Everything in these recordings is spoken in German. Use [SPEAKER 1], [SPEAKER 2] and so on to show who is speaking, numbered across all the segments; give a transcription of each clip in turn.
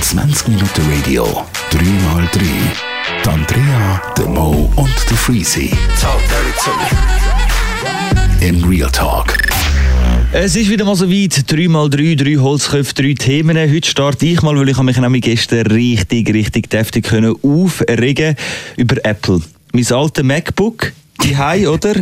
[SPEAKER 1] 20 Minuten Radio, 3x3. Die Andrea, der Mo und der Freezy. Im Real Talk.
[SPEAKER 2] Es ist wieder mal soweit. 3x3, 3 Holzköpfe, 3 Themen. Heute starte ich mal, weil ich mich nämlich gestern richtig, richtig deftig können aufregen über Apple. Mein alter MacBook, die Hai, oder?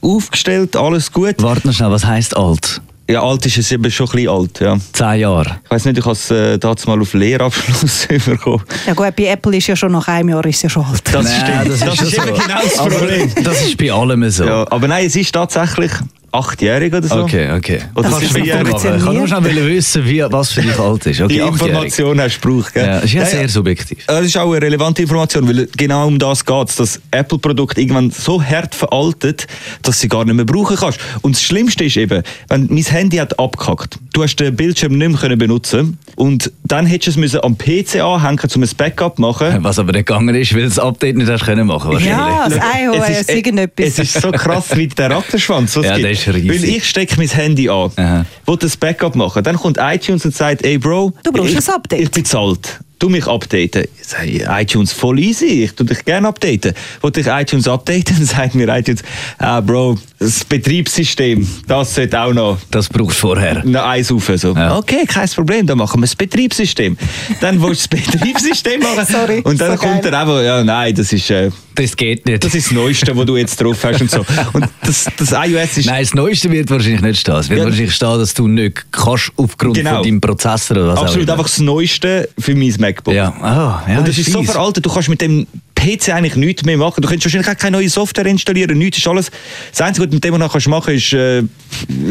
[SPEAKER 2] Aufgestellt, alles gut.
[SPEAKER 3] Warte noch schnell, was heisst alt?
[SPEAKER 2] Ja, alt ist es eben schon ein bisschen alt, ja.
[SPEAKER 3] Zehn Jahre.
[SPEAKER 2] Ich weiss nicht, ich habe es äh, damals mal auf Lehrabschluss bekommen.
[SPEAKER 4] Ja gut, bei Apple ist ja schon nach einem Jahr ist ja schon alt.
[SPEAKER 2] Das
[SPEAKER 3] Nein,
[SPEAKER 2] stimmt.
[SPEAKER 3] das ist schon so.
[SPEAKER 2] eben genau das Problem.
[SPEAKER 3] Das ist bei allem so.
[SPEAKER 2] Ja, aber nein, es ist tatsächlich achtjährig oder so.
[SPEAKER 3] Okay, okay.
[SPEAKER 2] Oder
[SPEAKER 4] Das
[SPEAKER 2] es
[SPEAKER 4] ist
[SPEAKER 2] ist
[SPEAKER 4] natürlich
[SPEAKER 2] vierjährig.
[SPEAKER 3] Ich kann nur schon wissen, wie, was für dich alt ist. Okay,
[SPEAKER 2] Die
[SPEAKER 3] achtjährig.
[SPEAKER 2] Information hast du gebraucht, gell?
[SPEAKER 3] Ja, ist ja
[SPEAKER 2] Nein,
[SPEAKER 3] sehr subjektiv.
[SPEAKER 2] Äh, Das ist auch eine relevante Information, weil genau um das geht es, dass Apple-Produkte irgendwann so hart veraltet, dass sie gar nicht mehr brauchen kannst. Und das Schlimmste ist eben, wenn mein Handy hat abgehackt, du hast den Bildschirm nicht mehr können benutzen und dann hättest du es müssen am PC anhängen, um ein Backup zu machen.
[SPEAKER 3] Was aber nicht gegangen ist, weil das Update nicht hast können machen wahrscheinlich.
[SPEAKER 4] Ja, Ah, das Ei
[SPEAKER 2] Es
[SPEAKER 4] ist
[SPEAKER 2] ist, äh,
[SPEAKER 4] irgendetwas.
[SPEAKER 2] es ist so krass wie der Rattenschwanz. was
[SPEAKER 3] Ja,
[SPEAKER 2] es
[SPEAKER 3] der
[SPEAKER 2] gibt.
[SPEAKER 3] ist riesig.
[SPEAKER 2] Weil ich stecke mein Handy an,
[SPEAKER 3] Aha.
[SPEAKER 2] will das Backup machen. Dann kommt iTunes und sagt, ey Bro,
[SPEAKER 4] Du brauchst
[SPEAKER 2] ich,
[SPEAKER 4] ein Update.
[SPEAKER 2] Ich bin zu alt. Du mich updaten. Ich sage, iTunes voll easy, ich tu dich gerne updaten. Wollte ich iTunes updaten, dann sagt mir iTunes, ah Bro, das Betriebssystem, das sollte auch noch
[SPEAKER 3] Das brauchst du vorher.
[SPEAKER 2] noch eins rauf. So.
[SPEAKER 3] Ja.
[SPEAKER 2] Okay, kein Problem, dann machen wir das Betriebssystem. Dann willst du das Betriebssystem machen
[SPEAKER 4] Sorry,
[SPEAKER 2] und dann
[SPEAKER 4] so
[SPEAKER 2] kommt
[SPEAKER 4] geil.
[SPEAKER 2] er einfach, ja nein, das ist... Äh,
[SPEAKER 3] Das geht nicht.
[SPEAKER 2] das ist das Neueste, was du jetzt drauf hast und so. Und das, das iOS ist
[SPEAKER 3] Nein, das Neueste wird wahrscheinlich nicht stehen. Es wird
[SPEAKER 2] Ja.
[SPEAKER 3] wahrscheinlich stehen, dass du nicht kannst aufgrund
[SPEAKER 2] Genau.
[SPEAKER 3] von deinem Prozessor oder was
[SPEAKER 2] absolut
[SPEAKER 3] auch
[SPEAKER 2] einfach das Neueste für mein MacBook.
[SPEAKER 3] Ja, ah, ja
[SPEAKER 2] und das ist so
[SPEAKER 3] fies.
[SPEAKER 2] veraltet, du kannst mit dem PC eigentlich nichts mehr machen. Du kannst wahrscheinlich auch keine neue Software installieren, nichts ist alles. Das Einzige, was du mit dem noch kannst machen kannst, ist äh,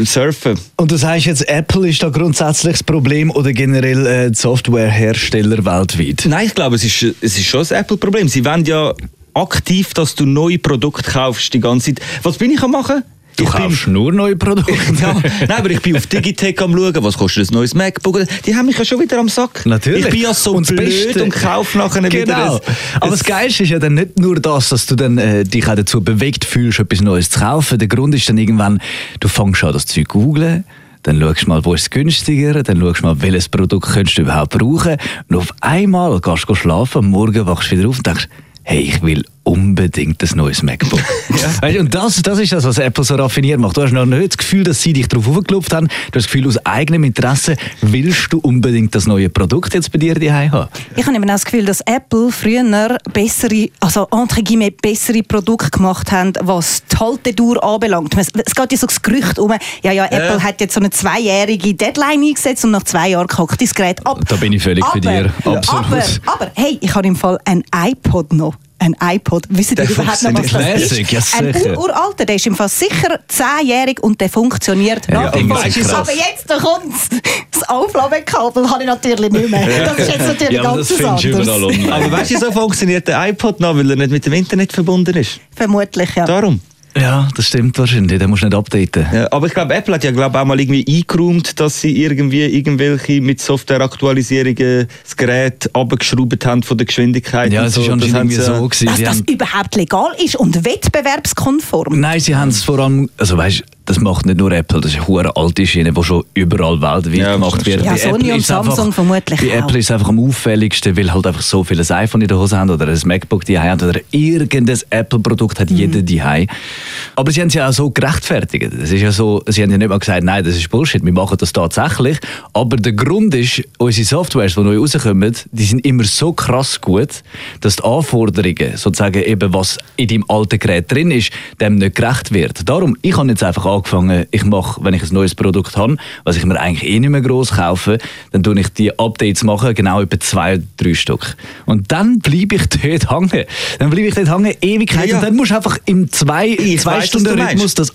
[SPEAKER 2] surfen.
[SPEAKER 3] Und du sagst jetzt, Apple ist da grundsätzlich das Problem oder generell äh, die Softwarehersteller weltweit?
[SPEAKER 2] Nein, ich glaube, es ist, es ist schon ein Apple-Problem. Sie wollen ja aktiv, dass du neue Produkte kaufst die ganze Zeit. Was bin ich am machen?
[SPEAKER 3] Du
[SPEAKER 2] ich bin-
[SPEAKER 3] kaufst nur neue Produkte.
[SPEAKER 2] ja, nein, aber ich bin auf Digitech am schauen, was kostet ein neues MacBook. Die haben mich ja schon wieder am Sack.
[SPEAKER 3] Natürlich.
[SPEAKER 2] Ich bin ja so
[SPEAKER 3] Und das
[SPEAKER 2] blöd
[SPEAKER 3] Beste-
[SPEAKER 2] und kaufe nachher wieder
[SPEAKER 3] Genau.
[SPEAKER 2] ein,
[SPEAKER 3] Aber das Geilste ist ja dann nicht nur das, dass du dann, äh, dich auch dazu bewegt fühlst, etwas Neues zu kaufen. Der Grund ist dann irgendwann, du fängst an, das Zeug zu googlen. Dann schaust du mal, wo ist es günstiger, dann schaust du mal, welches Produkt könntest du überhaupt brauchen. Und auf einmal gehst du schlafen, am morgen wachst du wieder auf und denkst, hey, ich will unbedingt ein neues MacBook. Weißt du, Und das, das ist das, was Apple so raffiniert macht. Du hast noch nicht das Gefühl, dass sie dich drauf aufgeklopft haben. Du hast das Gefühl, aus eigenem Interesse willst du unbedingt das neue Produkt jetzt bei dir daheim haben.
[SPEAKER 4] Ich habe eben auch das Gefühl, dass Apple früher bessere, also entre guillemets, bessere Produkte gemacht haben, was die Haltedauer anbelangt. Es es geht ja so das Gerücht um, ja, ja, Apple hat jetzt so eine zweijährige Deadline eingesetzt und nach zwei Jahren kackt das Gerät ab.
[SPEAKER 3] Da bin ich völlig bei
[SPEAKER 4] aber,
[SPEAKER 3] dir.
[SPEAKER 4] Aber,
[SPEAKER 3] Absolut.
[SPEAKER 4] aber, hey, ich habe im Fall ein iPod noch. Ein iPod. Wisst ihr
[SPEAKER 2] Der
[SPEAKER 4] überhaupt noch, was
[SPEAKER 2] funktioniert.
[SPEAKER 4] das
[SPEAKER 3] Classic,
[SPEAKER 4] ist?
[SPEAKER 3] ja,
[SPEAKER 4] ein
[SPEAKER 3] sicher.
[SPEAKER 4] uralter, der ist im Fall sicher zehnjährig und der funktioniert
[SPEAKER 3] Ja,
[SPEAKER 4] nach wie
[SPEAKER 3] immer
[SPEAKER 4] vor.
[SPEAKER 3] so krass.
[SPEAKER 4] Aber jetzt kommt's. Das Aufladekabel habe ich natürlich nicht mehr. Das ist jetzt natürlich ganz was anderes.
[SPEAKER 2] Aber weißt du, so funktioniert der iPod noch, weil er nicht mit dem Internet verbunden ist.
[SPEAKER 4] Vermutlich, ja.
[SPEAKER 2] Darum.
[SPEAKER 3] Ja, das stimmt wahrscheinlich. Den musst du nicht updaten.
[SPEAKER 2] Ja, aber ich glaube, Apple hat ja glaub, auch mal irgendwie eingeräumt, dass sie irgendwie irgendwelche mit Software-Aktualisierungen das Gerät abgeschraubt haben von der Geschwindigkeit.
[SPEAKER 3] Ja,
[SPEAKER 2] und
[SPEAKER 3] es
[SPEAKER 2] so.
[SPEAKER 3] ist
[SPEAKER 2] also, Das haben
[SPEAKER 3] anscheinend
[SPEAKER 2] sie
[SPEAKER 3] irgendwie
[SPEAKER 2] ja-
[SPEAKER 3] so gewesen.
[SPEAKER 4] Dass
[SPEAKER 3] Sie
[SPEAKER 4] das
[SPEAKER 3] haben,
[SPEAKER 4] überhaupt legal ist und wettbewerbskonform.
[SPEAKER 3] nein, sie haben es vor allem, also weißt, das macht nicht nur Apple, das ist eine hure alte Schiene, die schon überall weltweit
[SPEAKER 2] Ja,
[SPEAKER 3] gemacht
[SPEAKER 2] wahrscheinlich.
[SPEAKER 3] wird.
[SPEAKER 4] Ja,
[SPEAKER 3] Bei
[SPEAKER 4] Sony
[SPEAKER 3] Apple
[SPEAKER 4] und
[SPEAKER 3] ist es
[SPEAKER 4] Samsung vermutlich
[SPEAKER 3] Bei
[SPEAKER 4] auch.
[SPEAKER 3] Apple ist es einfach am auffälligsten, weil halt einfach so viele ein iPhone in der Hose haben oder ein MacBook die haben oder irgendein Apple-Produkt
[SPEAKER 4] Mhm.
[SPEAKER 3] hat jeder die Aber sie haben es ja auch so gerechtfertigt. Es ist ja so, sie haben ja nicht mal gesagt, nein, das ist Bullshit, wir machen das tatsächlich. Aber der Grund ist, unsere Softwares, die neu rauskommen, die sind immer so krass gut, dass die Anforderungen, sozusagen eben was in deinem alten Gerät drin ist, dem nicht gerecht wird. Darum, ich habe jetzt einfach angefangen, ich mache, wenn ich ein neues Produkt habe, was ich mir eigentlich eh nicht mehr gross kaufe, dann tue ich die Updates machen, genau über zwei, drei Stück. Und dann bleibe ich dort hängen. Dann bleibe ich dort hängen, Ewigkeit.
[SPEAKER 2] Ja, ja.
[SPEAKER 3] Und dann musst du einfach im zwei,
[SPEAKER 2] Ich weiss,
[SPEAKER 3] zwei
[SPEAKER 2] was
[SPEAKER 3] Stunden
[SPEAKER 2] du meinst.
[SPEAKER 3] Rhythmus das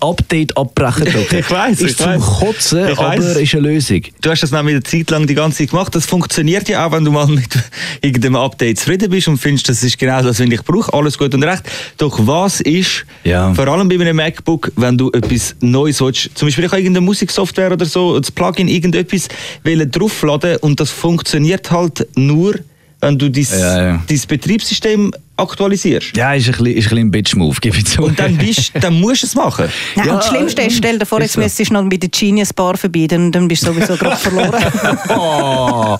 [SPEAKER 3] Update abbrechen drücken.
[SPEAKER 2] Ich weiss,
[SPEAKER 3] Ist
[SPEAKER 2] ich
[SPEAKER 3] zum
[SPEAKER 2] weiss.
[SPEAKER 3] Kotzen,
[SPEAKER 2] Ich
[SPEAKER 3] aber
[SPEAKER 2] weiss.
[SPEAKER 3] ist eine Lösung.
[SPEAKER 2] Du hast das nämlich eine Zeit lang die ganze Zeit gemacht. Das funktioniert ja auch, wenn du mal mit irgendeinem Update zufrieden bist und findest, das ist genau das, was ich brauche. Alles gut und recht. Doch was ist,
[SPEAKER 3] Ja.
[SPEAKER 2] vor allem bei einem MacBook, wenn du etwas Neues willst, zum Beispiel ich habe irgendeine Musiksoftware oder so, das Plugin, irgendetwas will draufladen und das funktioniert halt nur, wenn du dein,
[SPEAKER 3] Ja, ja.
[SPEAKER 2] dein Betriebssystem aktualisierst.
[SPEAKER 3] Ja, ist ein bisschen, ist ein, bisschen ein Bitch-Move, gebe ich zu.
[SPEAKER 2] Und dann, bist, dann musst du es machen.
[SPEAKER 4] Nein,
[SPEAKER 3] Ja,
[SPEAKER 4] und das Schlimmste ist, stell dir vor,
[SPEAKER 3] ist
[SPEAKER 4] jetzt
[SPEAKER 3] so.
[SPEAKER 4] müsstest du noch bei der Genius Bar vorbei, dann, dann bist du sowieso gerade verloren.
[SPEAKER 3] Oh.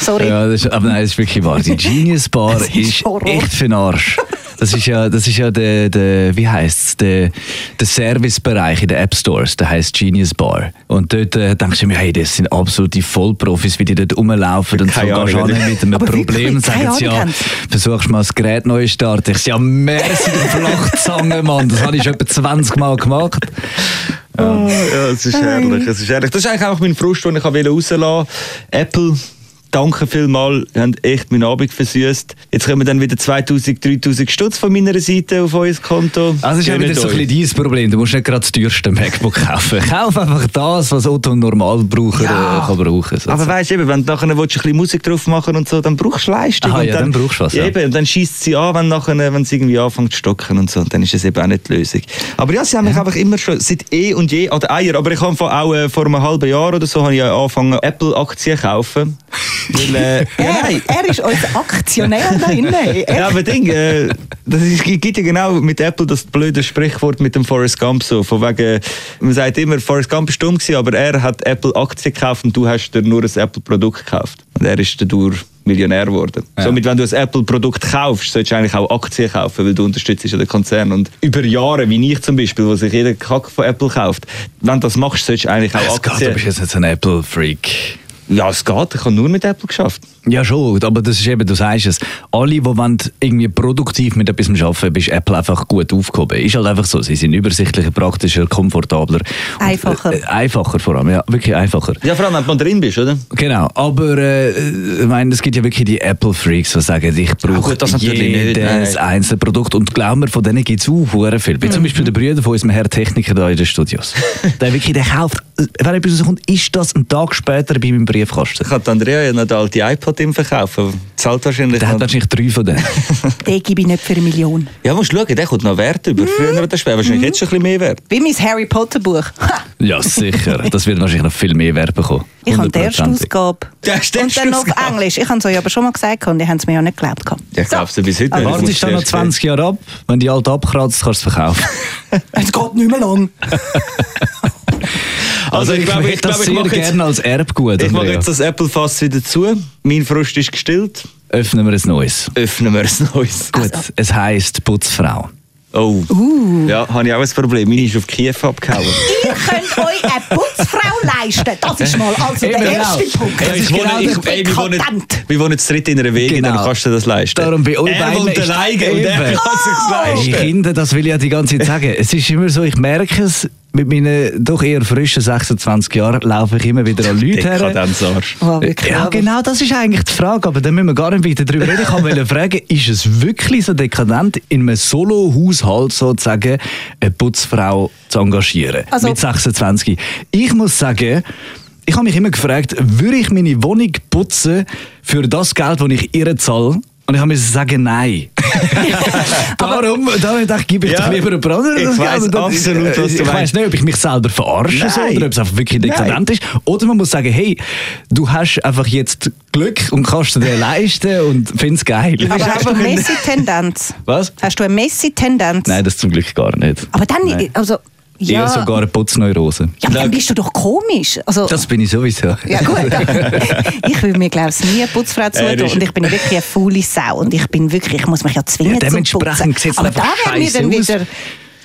[SPEAKER 4] Sorry.
[SPEAKER 3] Ja, das ist, aber nein, das ist wirklich wahr. Die Genius Bar
[SPEAKER 4] Das
[SPEAKER 3] ist,
[SPEAKER 4] ist Horror.
[SPEAKER 3] echt für den Arsch. Das ist ja, das ist ja der, der wie heisst's, der, der Servicebereich in den App Stores, der heisst Genius Bar. Und dort äh, denkst du mir, hey, das sind absolute Vollprofis, wie die dort rumlaufen und so
[SPEAKER 2] Keine
[SPEAKER 3] gehst
[SPEAKER 2] Ahnung,
[SPEAKER 3] an
[SPEAKER 2] oder?
[SPEAKER 3] mit einem
[SPEAKER 4] Aber wirklich,
[SPEAKER 3] Problem und
[SPEAKER 4] keine
[SPEAKER 3] sagst
[SPEAKER 4] Ahnung
[SPEAKER 3] ja,
[SPEAKER 4] haben
[SPEAKER 3] versuchst mal das Gerät neu zu starten. Ich sag, ja, merci, du Flachzange, Mann, das habe ich schon etwa 20 Mal gemacht.
[SPEAKER 2] Ah, Ja, es ist herrlich, es ist herrlich. Das ist eigentlich einfach mein Frust, den ich wollte rauslassen wollte. Apple, danke vielmals, ihr habt echt meinen Abend versüßt. Jetzt kommen dann wieder 2000, 3000 Stutz von meiner Seite auf euer Konto.
[SPEAKER 3] Also ist ja
[SPEAKER 2] Gönnt
[SPEAKER 3] wieder so ein
[SPEAKER 2] euch.
[SPEAKER 3] bisschen dein Problem. Du musst nicht gerade das teuerste MacBook kaufen. Kauf einfach das, was Otto Normalbraucher
[SPEAKER 2] Ja.
[SPEAKER 3] äh, kann brauchen kann.
[SPEAKER 2] Aber weißt du, eben, wenn du nachher willst, ein bisschen Musik drauf machen und so, dann brauchst du Leistung.
[SPEAKER 3] Aha,
[SPEAKER 2] und
[SPEAKER 3] ja, dann brauchst du was, ja.
[SPEAKER 2] Eben, und dann schießt sie an, wenn, nachher, wenn sie irgendwie anfängt zu stocken und so. Und dann ist es eben auch nicht die Lösung. Aber ja, sie haben mich einfach immer schon seit eh und je an den Eier. Aber ich habe vor- auch äh, vor einem halben Jahr oder so habe ich ja angefangen, Apple-Aktien zu kaufen. Weil, äh, ja,
[SPEAKER 4] Er,
[SPEAKER 2] nein.
[SPEAKER 4] er ist unser Aktionär da drinnen.
[SPEAKER 2] Ja, aber Ding, äh, das ist, gibt ja genau mit Apple das blöde Sprichwort mit dem Forrest Gump so. Von wegen, man sagt immer, Forrest Gump ist dumm gewesen, aber er hat Apple Aktien gekauft und du hast dir nur ein Apple Produkt gekauft. Und er ist dadurch Millionär geworden. Somit, wenn du ein Apple Produkt kaufst, solltest du eigentlich auch Aktien kaufen, weil du unterstützt ja den Konzern. Und über Jahre, wie ich zum Beispiel, wo sich jeder Kack von Apple kauft, wenn du das machst, solltest du eigentlich auch
[SPEAKER 3] Es geht, Oh du
[SPEAKER 2] Aktien...
[SPEAKER 3] bist jetzt nicht so ein Apple-Freak.
[SPEAKER 2] Ja, es geht. Ich habe nur mit Apple geschafft.
[SPEAKER 3] Ja schon, aber das ist eben, du sagst es, alle, die wollen irgendwie produktiv mit etwas arbeiten, bist Apple einfach gut aufgehoben. Ist halt einfach so, sie sind übersichtlicher, praktischer, komfortabler. Und,
[SPEAKER 4] Einfacher.
[SPEAKER 3] äh, einfacher vor allem, ja, wirklich einfacher.
[SPEAKER 2] Ja, vor allem, wenn du mal drin bist, oder?
[SPEAKER 3] Genau, aber äh, ich meine, es gibt ja wirklich die Apple-Freaks, die sagen, ich
[SPEAKER 2] Ah,
[SPEAKER 3] brauche
[SPEAKER 2] gut, das natürlich nicht,
[SPEAKER 3] jedes
[SPEAKER 2] nein. Mhm.
[SPEAKER 3] einzelne Produkt. Und glaub mir, von denen gibt es auch verdammt viel. Wie zum Beispiel der Brüder von unserem Herr Techniker da in den Studios. der wirklich, der kauft, äh, wenn etwas rauskommt, ist das einen Tag später bei meinem Briefkasten.
[SPEAKER 2] Ich hatte Andrea ja noch den alten iPod im verkaufen. Zahlt wahrscheinlich
[SPEAKER 3] Der hat
[SPEAKER 2] noch.
[SPEAKER 3] wahrscheinlich drei von denen.
[SPEAKER 4] Den gebe ich nicht für eine Million.
[SPEAKER 2] Ja, musst schauen, der kommt noch Wert über. Früher oder später. Wahrscheinlich jetzt schon ein bisschen mehr Wert.
[SPEAKER 4] Wie mein Harry Potter Buch. Ha,
[SPEAKER 3] ja, sicher. Das wird wahrscheinlich noch viel mehr Wert bekommen.
[SPEAKER 4] ich habe die erste
[SPEAKER 3] 100%.
[SPEAKER 4] Ausgabe.
[SPEAKER 2] Die erste
[SPEAKER 4] und dann noch auf
[SPEAKER 2] Ausgabe.
[SPEAKER 4] Englisch. Ich habe es euch aber schon mal gesagt und ihr habt es mir ja nicht geglaubt.
[SPEAKER 2] Ja, ich glaube es bis heute nicht.
[SPEAKER 3] Wartest du noch 20 Jahre ab? Wenn die alte abkratzt, kannst du es verkaufen.
[SPEAKER 4] Es geht nicht mehr lang.
[SPEAKER 2] Also, ich glaube,
[SPEAKER 3] möchte
[SPEAKER 2] ich, glaube,
[SPEAKER 3] das
[SPEAKER 2] ich mache
[SPEAKER 3] sehr
[SPEAKER 2] jetzt,
[SPEAKER 3] gerne als Erbgut.
[SPEAKER 2] ich mache
[SPEAKER 3] Andrea.
[SPEAKER 2] jetzt das Apple-Fass wieder zu. Mein Frust ist gestillt.
[SPEAKER 3] Öffnen wir ein neues.
[SPEAKER 2] Öffnen wir ein neues.
[SPEAKER 3] Gut, es heisst Putzfrau.
[SPEAKER 2] Oh.
[SPEAKER 4] Uh.
[SPEAKER 2] Ja, habe ich auch ein Problem. Meine ist auf Kiew abgehauen.
[SPEAKER 4] ihr könnt euch eine Putzfrau leisten. Das ist mal also der
[SPEAKER 3] Eben,
[SPEAKER 4] erste
[SPEAKER 3] genau.
[SPEAKER 4] Punkt.
[SPEAKER 3] Ja,
[SPEAKER 2] ich
[SPEAKER 3] ist
[SPEAKER 2] wohne,
[SPEAKER 3] genau
[SPEAKER 2] ich,
[SPEAKER 4] der
[SPEAKER 2] ey, wir, wohnen,
[SPEAKER 4] Dekadent.
[SPEAKER 2] wir wohnen zu dritt in einer Wege,
[SPEAKER 3] Genau.
[SPEAKER 2] dann kannst du dir das leisten.
[SPEAKER 3] Darum bei uns
[SPEAKER 2] er
[SPEAKER 3] beiden
[SPEAKER 2] wohnt
[SPEAKER 3] ist-
[SPEAKER 2] alleine und er
[SPEAKER 3] Eben.
[SPEAKER 2] kann sich
[SPEAKER 3] Hey,
[SPEAKER 2] leisten.
[SPEAKER 3] Kinder, das will ich ja die ganze Zeit sagen. Es ist immer so, ich merke es, mit meinen doch eher frischen 26 Jahren laufe ich immer wieder an Leute her.
[SPEAKER 2] Dekadenzarsch.
[SPEAKER 4] Oh, wirklich.
[SPEAKER 3] Ja, genau, das ist eigentlich die Frage, aber da müssen wir gar nicht weiter drüber reden. Ich wollte fragen, ist es wirklich so dekadent, in einem Solo-Haushalt sozusagen eine Putzfrau zu engagieren?
[SPEAKER 4] Also-
[SPEAKER 3] mit 26. Ich muss sagen, ich habe mich immer gefragt, würde ich meine Wohnung putzen für das Geld, das ich ihr zahle? Und ich habe mir sagen, nein. darum, darum dachte ich, gebe ich
[SPEAKER 2] Ja,
[SPEAKER 3] doch lieber einen Brandner.
[SPEAKER 2] ich weiss absolut, was du
[SPEAKER 3] äh, Ich weiss
[SPEAKER 2] meinst.
[SPEAKER 3] nicht, ob ich mich selber verarsche so,
[SPEAKER 2] Nein.
[SPEAKER 3] oder ob es einfach wirklich dekadent ist. Oder man muss sagen, hey, du hast einfach jetzt Glück und kannst dir den leisten und findest es geil.
[SPEAKER 2] Ja,
[SPEAKER 4] Aber
[SPEAKER 2] ist
[SPEAKER 4] hast du
[SPEAKER 2] einfach
[SPEAKER 4] eine
[SPEAKER 2] ein-
[SPEAKER 4] Messi-Tendenz?
[SPEAKER 3] Was?
[SPEAKER 4] Hast du eine Messi-Tendenz?
[SPEAKER 3] Nein, das zum Glück gar nicht.
[SPEAKER 4] Aber dann,
[SPEAKER 3] Nein.
[SPEAKER 4] also, ja.
[SPEAKER 3] Eher sogar eine Putzneurose.
[SPEAKER 4] Ja, aber dann bist du doch komisch. Also,
[SPEAKER 3] Das bin ich sowieso.
[SPEAKER 4] ja gut. ich will mir glaube ich nie eine
[SPEAKER 3] Äh,
[SPEAKER 4] Putzfrau
[SPEAKER 2] Er
[SPEAKER 4] zutun
[SPEAKER 2] ist-
[SPEAKER 4] und ich bin wirklich eine faule Sau und ich bin wirklich, ich muss mich ja zwingen
[SPEAKER 3] Ja,
[SPEAKER 4] zum Putzen.
[SPEAKER 3] dementsprechend sieht es
[SPEAKER 4] Aber da
[SPEAKER 3] einfach
[SPEAKER 4] wäre mir
[SPEAKER 3] scheiße
[SPEAKER 4] dann
[SPEAKER 3] aus.
[SPEAKER 4] wieder...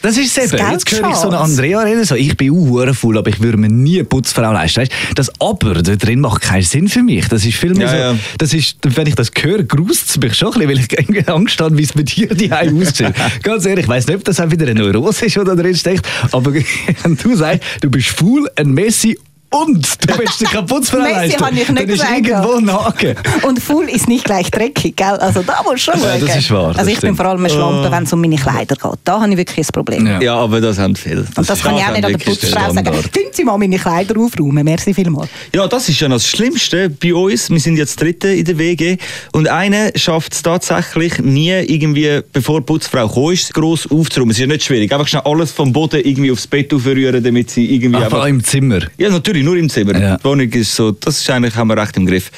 [SPEAKER 3] Das ist es
[SPEAKER 4] das
[SPEAKER 3] eben.
[SPEAKER 4] Geld
[SPEAKER 3] Jetzt höre ich so eine
[SPEAKER 4] schade.
[SPEAKER 3] Andrea reden, so, ich bin auch voll, aber ich würde mir nie eine Putzfrau leisten. Weißt, du, das Aber da drin macht keinen Sinn für mich. Das ist viel mehr
[SPEAKER 2] Ja,
[SPEAKER 3] so,
[SPEAKER 2] ja.
[SPEAKER 3] Das ist, wenn ich das höre, gruselt es mich schon ein bisschen, weil ich irgendwie Angst habe, wie es bei dir die aussieht. Ganz ehrlich, ich weiss nicht, ob das auch wieder eine Neurose ist, die da drin steckt, aber wenn du sagst, du bist faul, ein Messi und du willst dir keine Putzfrau
[SPEAKER 4] Messi
[SPEAKER 3] leisten,
[SPEAKER 4] habe ich
[SPEAKER 3] dann
[SPEAKER 4] nicht
[SPEAKER 3] ist
[SPEAKER 4] gesagt.
[SPEAKER 3] irgendwo ein Haken.
[SPEAKER 4] Und faul ist nicht gleich dreckig, gell? Also da musst du schon
[SPEAKER 3] Ja, das
[SPEAKER 4] schauen.
[SPEAKER 3] ist wahr, das
[SPEAKER 4] Also ich bin
[SPEAKER 3] stimmt. Oh.
[SPEAKER 4] vor allem eine Schlampe, wenn es um meine Kleider geht. Da habe ich wirklich ein Problem.
[SPEAKER 3] Ja.
[SPEAKER 2] Ja, aber das haben viele.
[SPEAKER 4] Und das kann ich auch
[SPEAKER 2] haben
[SPEAKER 4] nicht an der
[SPEAKER 2] wirklich viele.
[SPEAKER 4] Putzfrau sagen.
[SPEAKER 3] Standard.
[SPEAKER 4] Tun Sie mal meine Kleider aufräumen. Merci vielmals.
[SPEAKER 2] Ja, das ist ja noch das Schlimmste bei uns. Wir sind jetzt Dritte in der WG und einer schafft es tatsächlich nie irgendwie, bevor die Putzfrau gekommen ist, gross aufzuräumen. Es ist ja nicht schwierig. Einfach schnell alles vom Boden irgendwie aufs Bett aufrühren, damit sie irgendwie
[SPEAKER 3] Aber auch
[SPEAKER 2] einfach...
[SPEAKER 3] Ah, im Zimmer.
[SPEAKER 2] Ja, natürlich, nur im Zimmer.
[SPEAKER 3] Ja.
[SPEAKER 2] Die Wohnung ist so, das ist eigentlich, haben wir recht im Griff.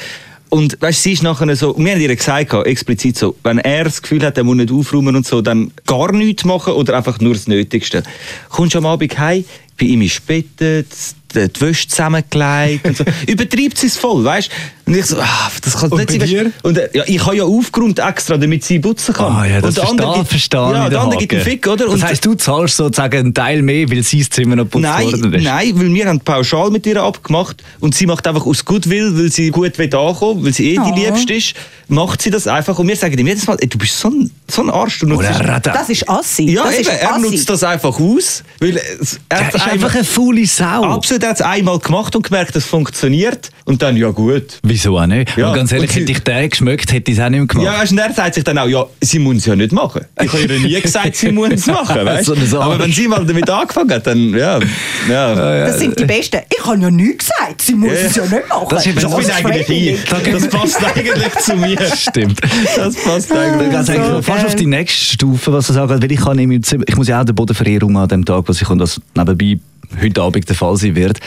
[SPEAKER 2] Und weißt, sie ist nachher so, wir haben ihr gesagt, gehabt, explizit so, wenn er das Gefühl hat, er muss nicht aufräumen und so, dann gar nichts machen oder einfach nur das Nötigste. Kommst am Abend heim, bei ihm ist bettet, die die Wäsche zusammengelegt und so. Übertreibt sie es voll, weißt du? Und ich so, ah, das kann
[SPEAKER 5] Und
[SPEAKER 2] nicht
[SPEAKER 5] bei
[SPEAKER 2] sein. weißt du. Und äh, ja, ich habe ja aufgeräumt extra, damit sie putzen kann.
[SPEAKER 3] Ah ja, das
[SPEAKER 2] und der andere
[SPEAKER 3] verstehe,
[SPEAKER 2] gibt-
[SPEAKER 3] verstehe
[SPEAKER 2] Ja,
[SPEAKER 3] ich,
[SPEAKER 2] der andere
[SPEAKER 3] Haken.
[SPEAKER 2] gibt einen Fick, oder?
[SPEAKER 3] Das
[SPEAKER 2] Und-
[SPEAKER 3] heisst, du zahlst sozusagen einen Teil mehr, weil sein Zimmer noch putzt
[SPEAKER 2] Nein,
[SPEAKER 3] worden ist.
[SPEAKER 2] nein, weil wir haben pauschal mit ihr abgemacht und sie macht einfach aus Goodwill, weil sie gut will ankommen, weil sie eh
[SPEAKER 4] Oh.
[SPEAKER 2] die Liebste ist, macht sie das einfach und wir sagen ihm jedes Mal, ey, du bist so ein, so ein Arsch, du nutzt
[SPEAKER 3] Oder Rada.
[SPEAKER 4] Das ist Assi.
[SPEAKER 2] ja,
[SPEAKER 4] das
[SPEAKER 2] eben,
[SPEAKER 4] ist
[SPEAKER 2] er
[SPEAKER 4] Assi.
[SPEAKER 2] nutzt das einfach aus, weil es- er
[SPEAKER 3] Der
[SPEAKER 2] hat's
[SPEAKER 3] ist
[SPEAKER 2] einmal-
[SPEAKER 3] einfach eine faule Sau.
[SPEAKER 2] Absolut, er hat es einmal gemacht und gemerkt, es funktioniert und dann, ja gut.
[SPEAKER 3] Wieso auch nicht?
[SPEAKER 2] Ja,
[SPEAKER 3] Und ganz ehrlich,
[SPEAKER 2] und sie-
[SPEAKER 3] hätte ich den geschmeckt, hätte ich es auch nicht mehr gemacht.
[SPEAKER 2] Ja, weißt, du, und er sagt sich dann auch, ja, sie muss es ja nicht machen. Ich habe ihr nie gesagt, sie muss es machen, weißt?
[SPEAKER 3] So
[SPEAKER 2] du?
[SPEAKER 3] ein Arsch.
[SPEAKER 2] Aber wenn sie mal damit angefangen hat, dann, ja. ja.
[SPEAKER 4] Das sind die Besten. Ich habe ja nichts gesagt. Sie muss
[SPEAKER 2] Ja, ja.
[SPEAKER 4] es ja nicht machen.
[SPEAKER 3] Das ist eben
[SPEAKER 2] Das bin eigentlich ich. Das passt eigentlich zu mir.
[SPEAKER 3] Stimmt.
[SPEAKER 2] Das passt
[SPEAKER 3] Ich
[SPEAKER 2] eigentlich.
[SPEAKER 3] kann sagen,
[SPEAKER 4] So
[SPEAKER 3] fast
[SPEAKER 4] geil.
[SPEAKER 3] auf die nächste Stufe, was du sagen weil ich kann in meinem Zimmer, ich muss ja auch den Boden verheeren um an dem Tag, was ich und was nebenbei heute Abend der Fall sein wird.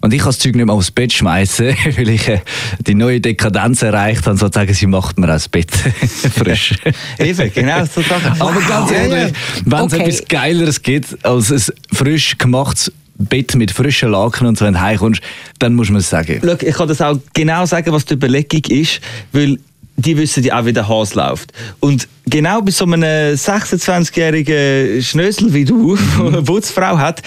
[SPEAKER 3] Und ich kann das Zeug nicht mehr aufs Bett schmeißen, weil ich äh, die neue Dekadenz erreicht habe, sozusagen, sie macht mir auch das Bett frisch.
[SPEAKER 2] Eben, genau so Sachen.
[SPEAKER 3] Aber ganz ehrlich, wenn es
[SPEAKER 4] Okay.
[SPEAKER 3] etwas Geileres gibt als ein frisch gemachtes Bett mit frischen Laken und so, wenn du heimkommst, dann muss man es sagen.
[SPEAKER 2] Schau, ich kann das auch genau sagen, was die Überlegung ist, weil die wissen ja auch, wie der Hase läuft. Und genau bei so einem 26-jährigen Schnösel wie du, der eine Putzfrau hat,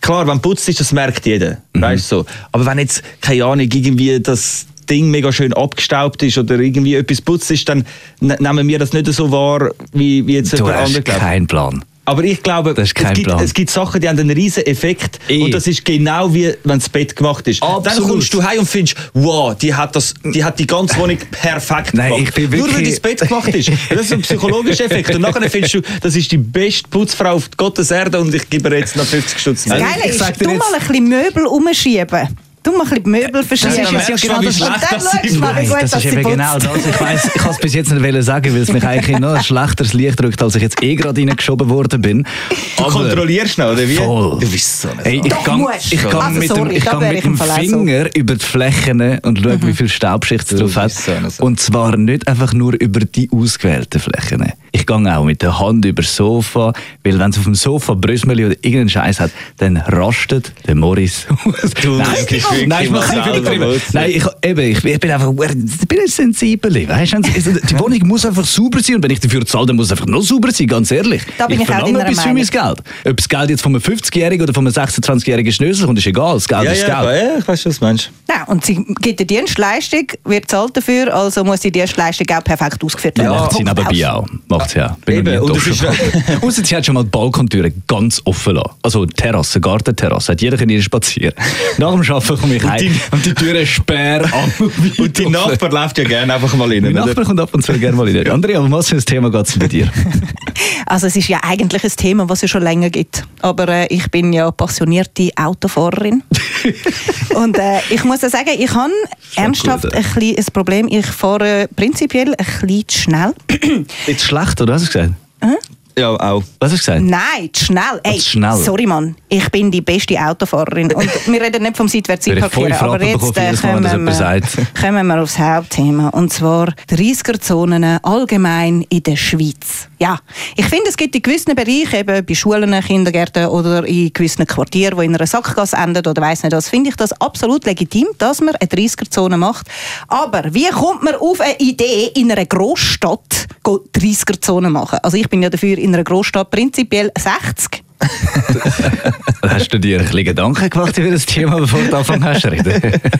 [SPEAKER 2] klar, wenn putzt ist, das merkt jeder.
[SPEAKER 3] Mhm.
[SPEAKER 2] Weißt du so. Aber wenn jetzt, keine Ahnung, irgendwie das Ding mega schön abgestaubt ist oder irgendwie etwas putzt ist, dann ne- nehmen wir das nicht so wahr, wie, wie jetzt
[SPEAKER 3] Du
[SPEAKER 2] jemand anderes
[SPEAKER 3] hast
[SPEAKER 2] glaubt.
[SPEAKER 3] keinen Plan.
[SPEAKER 2] Aber ich glaube,
[SPEAKER 3] Das ist kein
[SPEAKER 2] es, gibt,
[SPEAKER 3] Plan.
[SPEAKER 2] es gibt Sachen, die haben einen riesen Effekt.
[SPEAKER 3] Eh.
[SPEAKER 2] Und das ist genau wie, wenn das Bett gemacht ist. Dann
[SPEAKER 3] Absolut.
[SPEAKER 2] kommst du heim und findest, wow, die hat, das, die, hat die ganze Wohnung perfekt
[SPEAKER 3] Nein,
[SPEAKER 2] gemacht.
[SPEAKER 3] ich bin
[SPEAKER 2] Nur weil
[SPEAKER 3] wirklich-
[SPEAKER 2] das Bett gemacht ist. Das ist ein psychologischer Effekt. Und nachher findest du, das ist die beste Putzfrau auf Gottes Erde und ich gebe ihr jetzt noch 50 Stutz mehr.
[SPEAKER 4] Das Geile
[SPEAKER 3] Ich sag
[SPEAKER 4] ist,
[SPEAKER 3] dir
[SPEAKER 4] du mal
[SPEAKER 3] jetzt-
[SPEAKER 4] ein bisschen Möbel umschieben. Du mal ein bisschen die Möbel verschieben.
[SPEAKER 2] ja merkst du,
[SPEAKER 4] genau
[SPEAKER 2] wie schlecht
[SPEAKER 4] Und dann
[SPEAKER 2] das
[SPEAKER 4] schaust du
[SPEAKER 2] ist.
[SPEAKER 4] mal, wie
[SPEAKER 3] Nein,
[SPEAKER 4] gut
[SPEAKER 3] das ist
[SPEAKER 4] sie
[SPEAKER 3] eben
[SPEAKER 4] putzt.
[SPEAKER 3] genau das. Ich weiß, ich kann es bis jetzt nicht wollen sagen, weil es mich eigentlich in noch ein schlechteres Licht drückt, als ich jetzt eh gerade reingeschoben worden bin.
[SPEAKER 2] Du kontrollierst noch, oder wie?
[SPEAKER 3] Voll.
[SPEAKER 2] Du bist so eine
[SPEAKER 3] Ey, ich
[SPEAKER 4] Doch,
[SPEAKER 3] kann,
[SPEAKER 4] musst.
[SPEAKER 3] ich kann
[SPEAKER 4] Also,
[SPEAKER 3] mit dem,
[SPEAKER 4] sorry,
[SPEAKER 3] ich
[SPEAKER 4] da
[SPEAKER 3] kann
[SPEAKER 4] wär
[SPEAKER 3] mit
[SPEAKER 4] ich Mhm. im
[SPEAKER 3] dem
[SPEAKER 4] Fall auch so.
[SPEAKER 3] Finger über die Flächen und schauen, wie viel Staubschicht es drauf hat.
[SPEAKER 2] bist so eine Sau.
[SPEAKER 3] Und zwar nicht einfach nur über die ausgewählten Flächen. Ich gehe auch mit der Hand über das Sofa, weil wenn es auf dem Sofa Brösmeli oder irgendeinen Scheiß hat, dann rastet der Morris aus.
[SPEAKER 2] Du
[SPEAKER 3] nein,
[SPEAKER 2] bist
[SPEAKER 3] ich-
[SPEAKER 2] wirklich
[SPEAKER 3] nein, ich mach's nicht
[SPEAKER 2] mal
[SPEAKER 3] übertrieben.
[SPEAKER 2] selber.
[SPEAKER 3] Nein, ich, eben, ich, ich bin einfach ich bin ein sensibel. Weißt, du? also, die Wohnung muss einfach sauber sein und wenn ich dafür zahle, dann muss es einfach noch sauber sein, ganz ehrlich.
[SPEAKER 4] Da bin ich auch
[SPEAKER 3] verlange
[SPEAKER 4] deiner
[SPEAKER 3] etwas für mein
[SPEAKER 4] Meinung.
[SPEAKER 3] Geld. Ob das Geld jetzt von einem 50-Jährigen oder von einem 26-Jährigen Schnösel kommt, ist egal. Das Geld
[SPEAKER 2] ja,
[SPEAKER 3] ist
[SPEAKER 2] ja,
[SPEAKER 3] Geld.
[SPEAKER 2] ja, ich weiß, was du meinst.
[SPEAKER 4] Nein, und sie gibt die Dienstleistung, wird zahlt dafür, also muss die Dienstleistung auch perfekt ausgeführt
[SPEAKER 3] Dann
[SPEAKER 4] werden.
[SPEAKER 3] macht sie
[SPEAKER 4] Punkt aus.
[SPEAKER 3] nebenbei auch. Macht sie auch. Bin
[SPEAKER 2] Eben,
[SPEAKER 3] noch
[SPEAKER 2] und
[SPEAKER 3] nie und
[SPEAKER 2] es ist halt
[SPEAKER 3] Außer sie hat schon mal die Balkontüre ganz offen lassen. Also Terrasse, Gartenterrasse. Hat jeder können hier spazieren. Nach dem Arbeiten komme ich heim und die Türe sperr an.
[SPEAKER 2] Und die Nachbar läuft ja gerne einfach mal rein.
[SPEAKER 3] Mein
[SPEAKER 2] oder?
[SPEAKER 3] Nachbar kommt ab und zu gerne mal rein. Andrea, um was für ein Thema geht es bei dir?
[SPEAKER 4] Also es ist ja eigentlich ein Thema, was es schon länger gibt. Aber äh, ich bin ja passionierte Autofahrerin. und äh, ich muss ja sagen, ich habe ernsthaft
[SPEAKER 3] gut, äh. ja.
[SPEAKER 4] ein, klein- ein Problem. Ich fahre prinzipiell ein bisschen zu schnell.
[SPEAKER 3] Jetzt schlecht, oder? Was hast du gesagt?
[SPEAKER 2] Ja, auch.
[SPEAKER 3] Was hast du gesagt?
[SPEAKER 4] Nein, zu schnell. Ey,
[SPEAKER 3] zu schnell.
[SPEAKER 4] Sorry, Mann. Ich bin die beste Autofahrerin. Und wir reden nicht vom seitwärts
[SPEAKER 3] Wäre ich
[SPEAKER 4] parkieren,
[SPEAKER 3] voll
[SPEAKER 4] aber
[SPEAKER 3] Fragen
[SPEAKER 4] jetzt
[SPEAKER 3] bekommen,
[SPEAKER 4] äh,
[SPEAKER 3] jedes Mal, wenn das
[SPEAKER 4] kommen, wir,
[SPEAKER 3] jemand sagt.
[SPEAKER 4] kommen wir aufs Hauptthema. Und zwar die 30er-Zonen allgemein in der Schweiz. Ja, ich finde, es gibt in gewissen Bereichen, eben bei Schulen, Kindergärten oder in gewissen Quartieren, die in einer Sackgasse enden oder weiss nicht was, finde ich das absolut legitim, dass man eine 30er-Zone macht. Aber wie kommt man auf eine Idee, in einer Großstadt 30er-Zone machen? Also ich bin ja dafür in einer Großstadt prinzipiell 60.
[SPEAKER 3] Hast du dir ein bisschen Gedanken gemacht über das Thema, bevor du angefangen hast zu reden?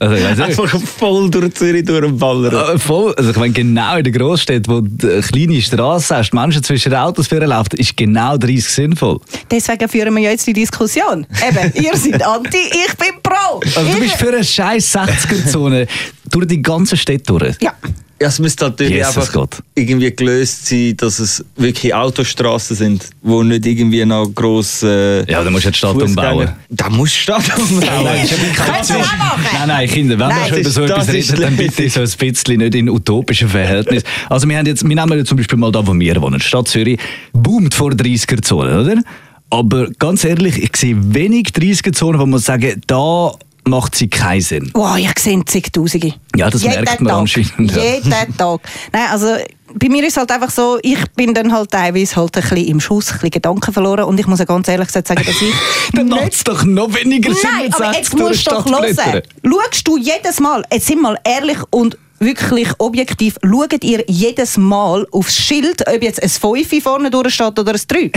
[SPEAKER 3] Also, ich weiss nicht.
[SPEAKER 2] Einfach voll durch Zürich durchballern.
[SPEAKER 3] Äh, Voll. Also ich meine, genau in der Großstadt, wo du eine kleine Straße hast, die Menschen zwischen den Autos führen laufen, ist genau 30 sinnvoll.
[SPEAKER 4] Deswegen führen wir ja jetzt die Diskussion. Eben, ihr seid anti, ich bin pro.
[SPEAKER 3] Also du
[SPEAKER 4] Ich-
[SPEAKER 3] bist für eine scheiß 60er-Zone durch die ganze Stadt durch.
[SPEAKER 4] ja.
[SPEAKER 2] Ja, es müsste halt natürlich
[SPEAKER 3] Jesus
[SPEAKER 2] einfach
[SPEAKER 3] Gott.
[SPEAKER 2] irgendwie gelöst sein, dass es wirklich Autostrassen sind, wo nicht irgendwie noch gross... Äh,
[SPEAKER 3] Ja, aber dann musst du ja die Stadt
[SPEAKER 2] Fußgänger-
[SPEAKER 3] umbauen.
[SPEAKER 2] Da musst du die Stadt umbauen.
[SPEAKER 4] Könntest du auch machen.
[SPEAKER 3] Nein, nein, Kinder, wenn
[SPEAKER 4] Nein.
[SPEAKER 3] wir schon
[SPEAKER 2] Das
[SPEAKER 3] über so
[SPEAKER 2] ist-
[SPEAKER 3] etwas
[SPEAKER 2] das ist
[SPEAKER 3] reden, dann
[SPEAKER 2] lässig.
[SPEAKER 3] bitte so ein bisschen nicht in utopischen Verhältnissen. Also wir, haben jetzt, wir nehmen jetzt zum Beispiel mal da, wo wir wohnen. Die Stadt Zürich boomt vor 30er-Zonen, oder? Aber ganz ehrlich, ich sehe wenig 30er-Zonen, wo man sagen, da macht sie keinen Sinn.
[SPEAKER 4] Wow, ich sehe zigtausende.
[SPEAKER 3] Ja, das merkt man
[SPEAKER 4] Tag.
[SPEAKER 3] anscheinend, ja.
[SPEAKER 4] Jeden Tag. Nein, also bei mir ist halt einfach so, ich bin dann halt teilweise halt ein bisschen im Schuss, ein bisschen Gedanken verloren und ich muss ja ganz ehrlich gesagt sagen, dass ich
[SPEAKER 3] Dann macht es doch noch weniger Sinn,
[SPEAKER 4] Nein,
[SPEAKER 3] wenn
[SPEAKER 4] aber
[SPEAKER 3] sie
[SPEAKER 4] jetzt
[SPEAKER 3] durch die
[SPEAKER 4] musst du doch
[SPEAKER 3] Stadt
[SPEAKER 4] hören.
[SPEAKER 3] brettern.
[SPEAKER 4] Schaust du jedes Mal, jetzt sind mal ehrlich und wirklich objektiv, schaut ihr jedes Mal aufs Schild, ob jetzt ein 5 vorne durchsteht oder ein 3?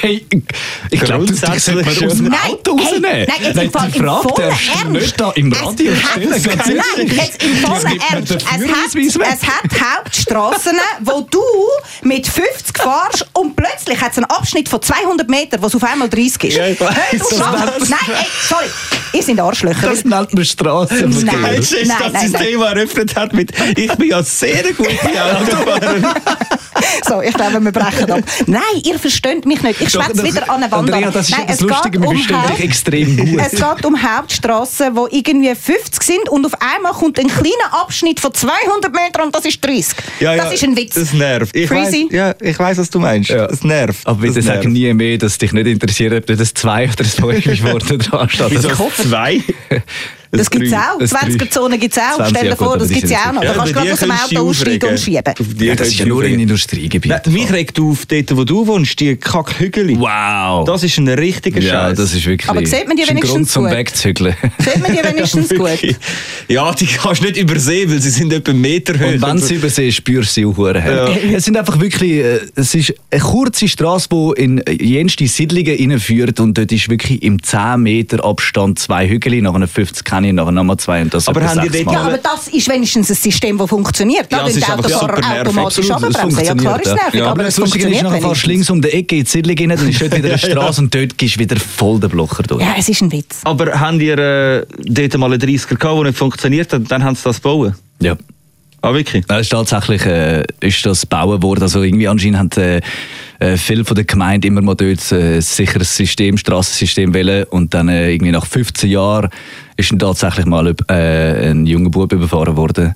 [SPEAKER 3] Hey, ich glaube, das
[SPEAKER 2] Grundsätzlich
[SPEAKER 3] sollte man
[SPEAKER 2] schon.
[SPEAKER 3] aus dem
[SPEAKER 4] Nein,
[SPEAKER 3] Auto
[SPEAKER 4] hey,
[SPEAKER 3] rausnehmen.
[SPEAKER 4] nein, jetzt im Fall
[SPEAKER 3] die
[SPEAKER 4] im
[SPEAKER 3] Frage
[SPEAKER 4] vollen
[SPEAKER 3] darfst du
[SPEAKER 4] Ernst.
[SPEAKER 3] nicht da im
[SPEAKER 4] Es
[SPEAKER 3] Radio
[SPEAKER 4] hat-
[SPEAKER 3] stellen. ganz
[SPEAKER 4] Nein,
[SPEAKER 3] ehrlich.
[SPEAKER 4] jetzt im
[SPEAKER 3] Das
[SPEAKER 4] vollen
[SPEAKER 3] gibt mir
[SPEAKER 4] Ernst.
[SPEAKER 3] den
[SPEAKER 4] Es hat,
[SPEAKER 3] Führerausweis weg.
[SPEAKER 4] es hat Hauptstraßen, wo du mit 50 fährst und plötzlich hat es einen Abschnitt von 200 Metern, wo es auf einmal 30 ist.
[SPEAKER 2] Ja, ich weiss,
[SPEAKER 4] Hey, du
[SPEAKER 2] das
[SPEAKER 4] Schaf-
[SPEAKER 2] war's.
[SPEAKER 4] Nein, ey, sorry, ihr seid Arschlöcher.
[SPEAKER 3] Das nennt man Straßenverkehr.
[SPEAKER 4] Nein.
[SPEAKER 2] Meinst du, dass
[SPEAKER 4] nein,
[SPEAKER 2] das
[SPEAKER 4] nein.
[SPEAKER 2] Thema eröffnet hat mit «Ich bin ja sehr gut bei Autofahren»?
[SPEAKER 4] So, ich glaube, wir brechen ab. Nein, ihr versteht mich nicht. Ich
[SPEAKER 3] Doch,
[SPEAKER 4] schwätze
[SPEAKER 3] das-
[SPEAKER 4] wieder an eine Wand.
[SPEAKER 3] Andrea,
[SPEAKER 4] an.
[SPEAKER 3] das ist
[SPEAKER 4] Nein,
[SPEAKER 3] etwas
[SPEAKER 4] es geht
[SPEAKER 3] Lustiges,
[SPEAKER 4] um
[SPEAKER 3] wir verstehen
[SPEAKER 4] Haupt-
[SPEAKER 3] dich extrem gut.
[SPEAKER 4] Es geht um Hauptstraßen, die irgendwie 50 sind und auf einmal kommt ein kleiner Abschnitt von 200 Metern und das ist 30. das ist ein Witz.
[SPEAKER 2] Das nervt. Ich
[SPEAKER 4] Crazy.
[SPEAKER 2] weiss, ja, ich weiss, was du meinst.
[SPEAKER 3] Ja.
[SPEAKER 2] Das nervt.
[SPEAKER 3] Aber bitte
[SPEAKER 2] das
[SPEAKER 3] sag
[SPEAKER 2] nervt.
[SPEAKER 3] nie mehr, dass dich nicht interessiert, ob da das 2 oder das 5 Worte dran steht. Also,
[SPEAKER 2] Wieso
[SPEAKER 3] Das-
[SPEAKER 2] zwei?
[SPEAKER 4] Das gibt es auch.
[SPEAKER 3] das drei.
[SPEAKER 4] 20er-Zonen gibt es auch.
[SPEAKER 3] 20er,
[SPEAKER 4] Stell dir vor,
[SPEAKER 3] gut,
[SPEAKER 4] das
[SPEAKER 3] aber die
[SPEAKER 4] gibt es ja
[SPEAKER 3] sind
[SPEAKER 4] auch noch.
[SPEAKER 2] Ja,
[SPEAKER 4] da kannst du
[SPEAKER 2] über die
[SPEAKER 4] gerade aus dem
[SPEAKER 2] könntest du
[SPEAKER 4] Auto aussteigen und
[SPEAKER 2] aufregen.
[SPEAKER 4] schieben.
[SPEAKER 2] Auf die
[SPEAKER 3] Ja, das
[SPEAKER 2] könntest
[SPEAKER 3] ist ja
[SPEAKER 2] du
[SPEAKER 3] nur in
[SPEAKER 2] aufregen.
[SPEAKER 3] Industriegebieten.
[SPEAKER 2] Nein, mich regt auf, dort wo du wohnst, die Kackhügeli.
[SPEAKER 3] Wow.
[SPEAKER 2] Das ist ein richtiger
[SPEAKER 3] ja,
[SPEAKER 2] Scheiß.
[SPEAKER 3] das ist wirklich.
[SPEAKER 4] Aber sieht man die
[SPEAKER 3] das ist ein
[SPEAKER 4] wenigstens
[SPEAKER 3] Grund zum
[SPEAKER 4] gut?
[SPEAKER 3] Wegzügeln.
[SPEAKER 4] Sieht man die wenigstens gut?
[SPEAKER 2] Wirklich. Ja, die kannst du nicht übersehen, weil sie sind etwa einen Meter hoch.
[SPEAKER 3] Und wenn sie übersehen, spürst du sie auch verdammt hart. Es sind einfach wirklich, äh, es ist eine kurze Straße, die in jenste Siedlungen hineinführt und dort ist wirklich im 10 Meter Abstand zwei Hügel, nachher 50 kenne ich, nachher nochmal zwei und das
[SPEAKER 2] Aber
[SPEAKER 3] etwa
[SPEAKER 2] haben die
[SPEAKER 3] sechsmal.
[SPEAKER 2] dort-
[SPEAKER 4] Ja, aber das ist wenigstens ein System, das funktioniert. Da
[SPEAKER 2] Ja,
[SPEAKER 4] ja,
[SPEAKER 2] es
[SPEAKER 4] die
[SPEAKER 2] ist einfach super
[SPEAKER 4] Autofahrer
[SPEAKER 2] nervig.
[SPEAKER 3] Absolut,
[SPEAKER 4] automatisch
[SPEAKER 3] das
[SPEAKER 4] runterbremsen. Ja, klar ist es
[SPEAKER 3] funktioniert,
[SPEAKER 4] nervig,
[SPEAKER 3] ja.
[SPEAKER 4] aber es
[SPEAKER 3] das Lustige ist,
[SPEAKER 4] funktioniert
[SPEAKER 3] nachher fährst du
[SPEAKER 4] wenigstens.
[SPEAKER 3] links um die Ecke in die Siedlung rein, dann ist dort wieder eine Straße und dort gehst du wieder voll den Blocher durch.
[SPEAKER 4] Ja, es ist ein Witz.
[SPEAKER 2] Aber haben die äh, dort mal einen 30er gehabt, der nicht funktioniert hat, und dann haben sie das gebaut?
[SPEAKER 3] Ja.
[SPEAKER 2] Ah, wirklich?
[SPEAKER 3] Das ist tatsächlich äh, ist das gebaut worden. Also irgendwie anscheinend haben äh, äh, viele von der Gemeinde immer mal dort äh, ein sicheres System, Strassensystem wählen und dann äh, irgendwie nach 15 Jahren ist dann tatsächlich mal üb- äh, ein junger Bub überfahren worden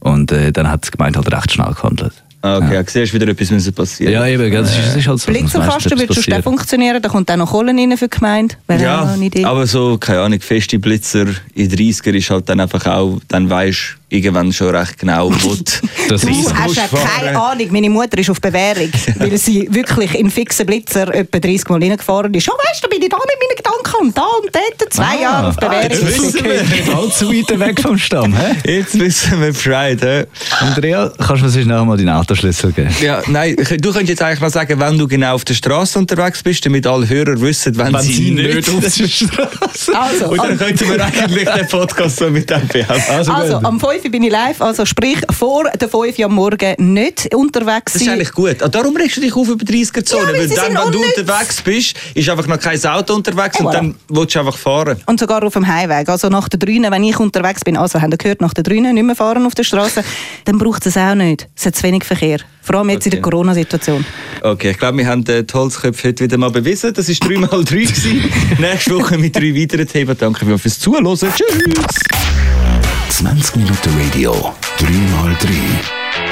[SPEAKER 3] und äh, dann hat die Gemeinde halt recht schnell gehandelt.
[SPEAKER 2] Ah, Okay, ja. siehst wieder etwas müssen passieren.
[SPEAKER 3] Ja, eben, gell, das ist, das ist halt so.
[SPEAKER 4] Blitzerkasten
[SPEAKER 3] Man weiss nicht,
[SPEAKER 4] würde
[SPEAKER 3] ob's
[SPEAKER 4] schon
[SPEAKER 3] passiert.
[SPEAKER 4] schnell funktionieren, da kommt auch noch Kohlen rein für die Gemeinde. Wäre auch noch
[SPEAKER 2] Ja,
[SPEAKER 4] eine Idee.
[SPEAKER 2] aber so, keine Ahnung, feste Blitzer in 30er ist halt dann einfach auch, dann weisst du irgendwann schon recht genau, wo du
[SPEAKER 3] Das
[SPEAKER 4] Du
[SPEAKER 3] ist so.
[SPEAKER 4] hast ja keine Ahnung, meine Mutter ist auf Bewährung, weil sie wirklich in fixen Blitzer etwa 30 Mal reingefahren ist. Ja, weißt du, da bin ich da mit meinen Gedanken und da und dort, zwei
[SPEAKER 3] Ah,
[SPEAKER 4] Jahre auf
[SPEAKER 2] jetzt
[SPEAKER 4] Bewährung.
[SPEAKER 2] wissen wir.
[SPEAKER 3] Allzu halt weit weg vom Stamm, hä?
[SPEAKER 2] Jetzt wissen wir Bescheid, hä?
[SPEAKER 3] Andrea, kannst du mir sonst noch mal deinen Autoschlüssel geben?
[SPEAKER 2] Ja, nein, du könntest jetzt eigentlich mal sagen, wenn du genau auf der Straße unterwegs bist, damit alle Hörer wissen, wenn, sie, nicht.
[SPEAKER 3] auf der Straße.
[SPEAKER 4] Also,
[SPEAKER 2] Und dann
[SPEAKER 4] am-
[SPEAKER 2] könnten wir eigentlich den Podcast so mit dem beenden.
[SPEAKER 3] Also,
[SPEAKER 4] also,
[SPEAKER 3] gut.
[SPEAKER 4] am 5 Uhr bin ich live, also sprich vor der 5 Uhr am Morgen nicht unterwegs
[SPEAKER 2] Das ist
[SPEAKER 4] sein.
[SPEAKER 2] eigentlich gut. Ah, Darum regst du dich auf über 30er Zone.
[SPEAKER 4] Ja, weil
[SPEAKER 2] weil
[SPEAKER 4] sie
[SPEAKER 2] dann,
[SPEAKER 4] sind
[SPEAKER 2] wenn du
[SPEAKER 4] unnütz. Oh,
[SPEAKER 2] unterwegs bist, ist einfach noch kein Auto unterwegs
[SPEAKER 4] Ja,
[SPEAKER 2] und
[SPEAKER 4] voilà.
[SPEAKER 2] dann willst du einfach fahren.
[SPEAKER 4] Äh, Und sogar auf dem Heimweg. Also nach der Drüne, wenn ich unterwegs bin, also habt ihr gehört, nach der Drüne nicht mehr fahren auf der Straße, dann braucht es auch nicht. Es hat zu wenig Verkehr. Vor allem jetzt in der
[SPEAKER 2] Okay.
[SPEAKER 4] Corona-Situation.
[SPEAKER 2] Okay, ich glaube, wir haben äh, die Holzköpfe heute wieder mal bewiesen. Das war 3x3. gewesen. Nächste Woche mit drei weiteren Themen. Danke vielmals fürs Zuhören. Tschüss!
[SPEAKER 1] 20 Minuten Radio, 3x3.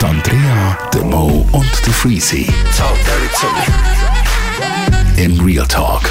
[SPEAKER 1] Die Andrea, der Mo und der Freezy. In Real Talk.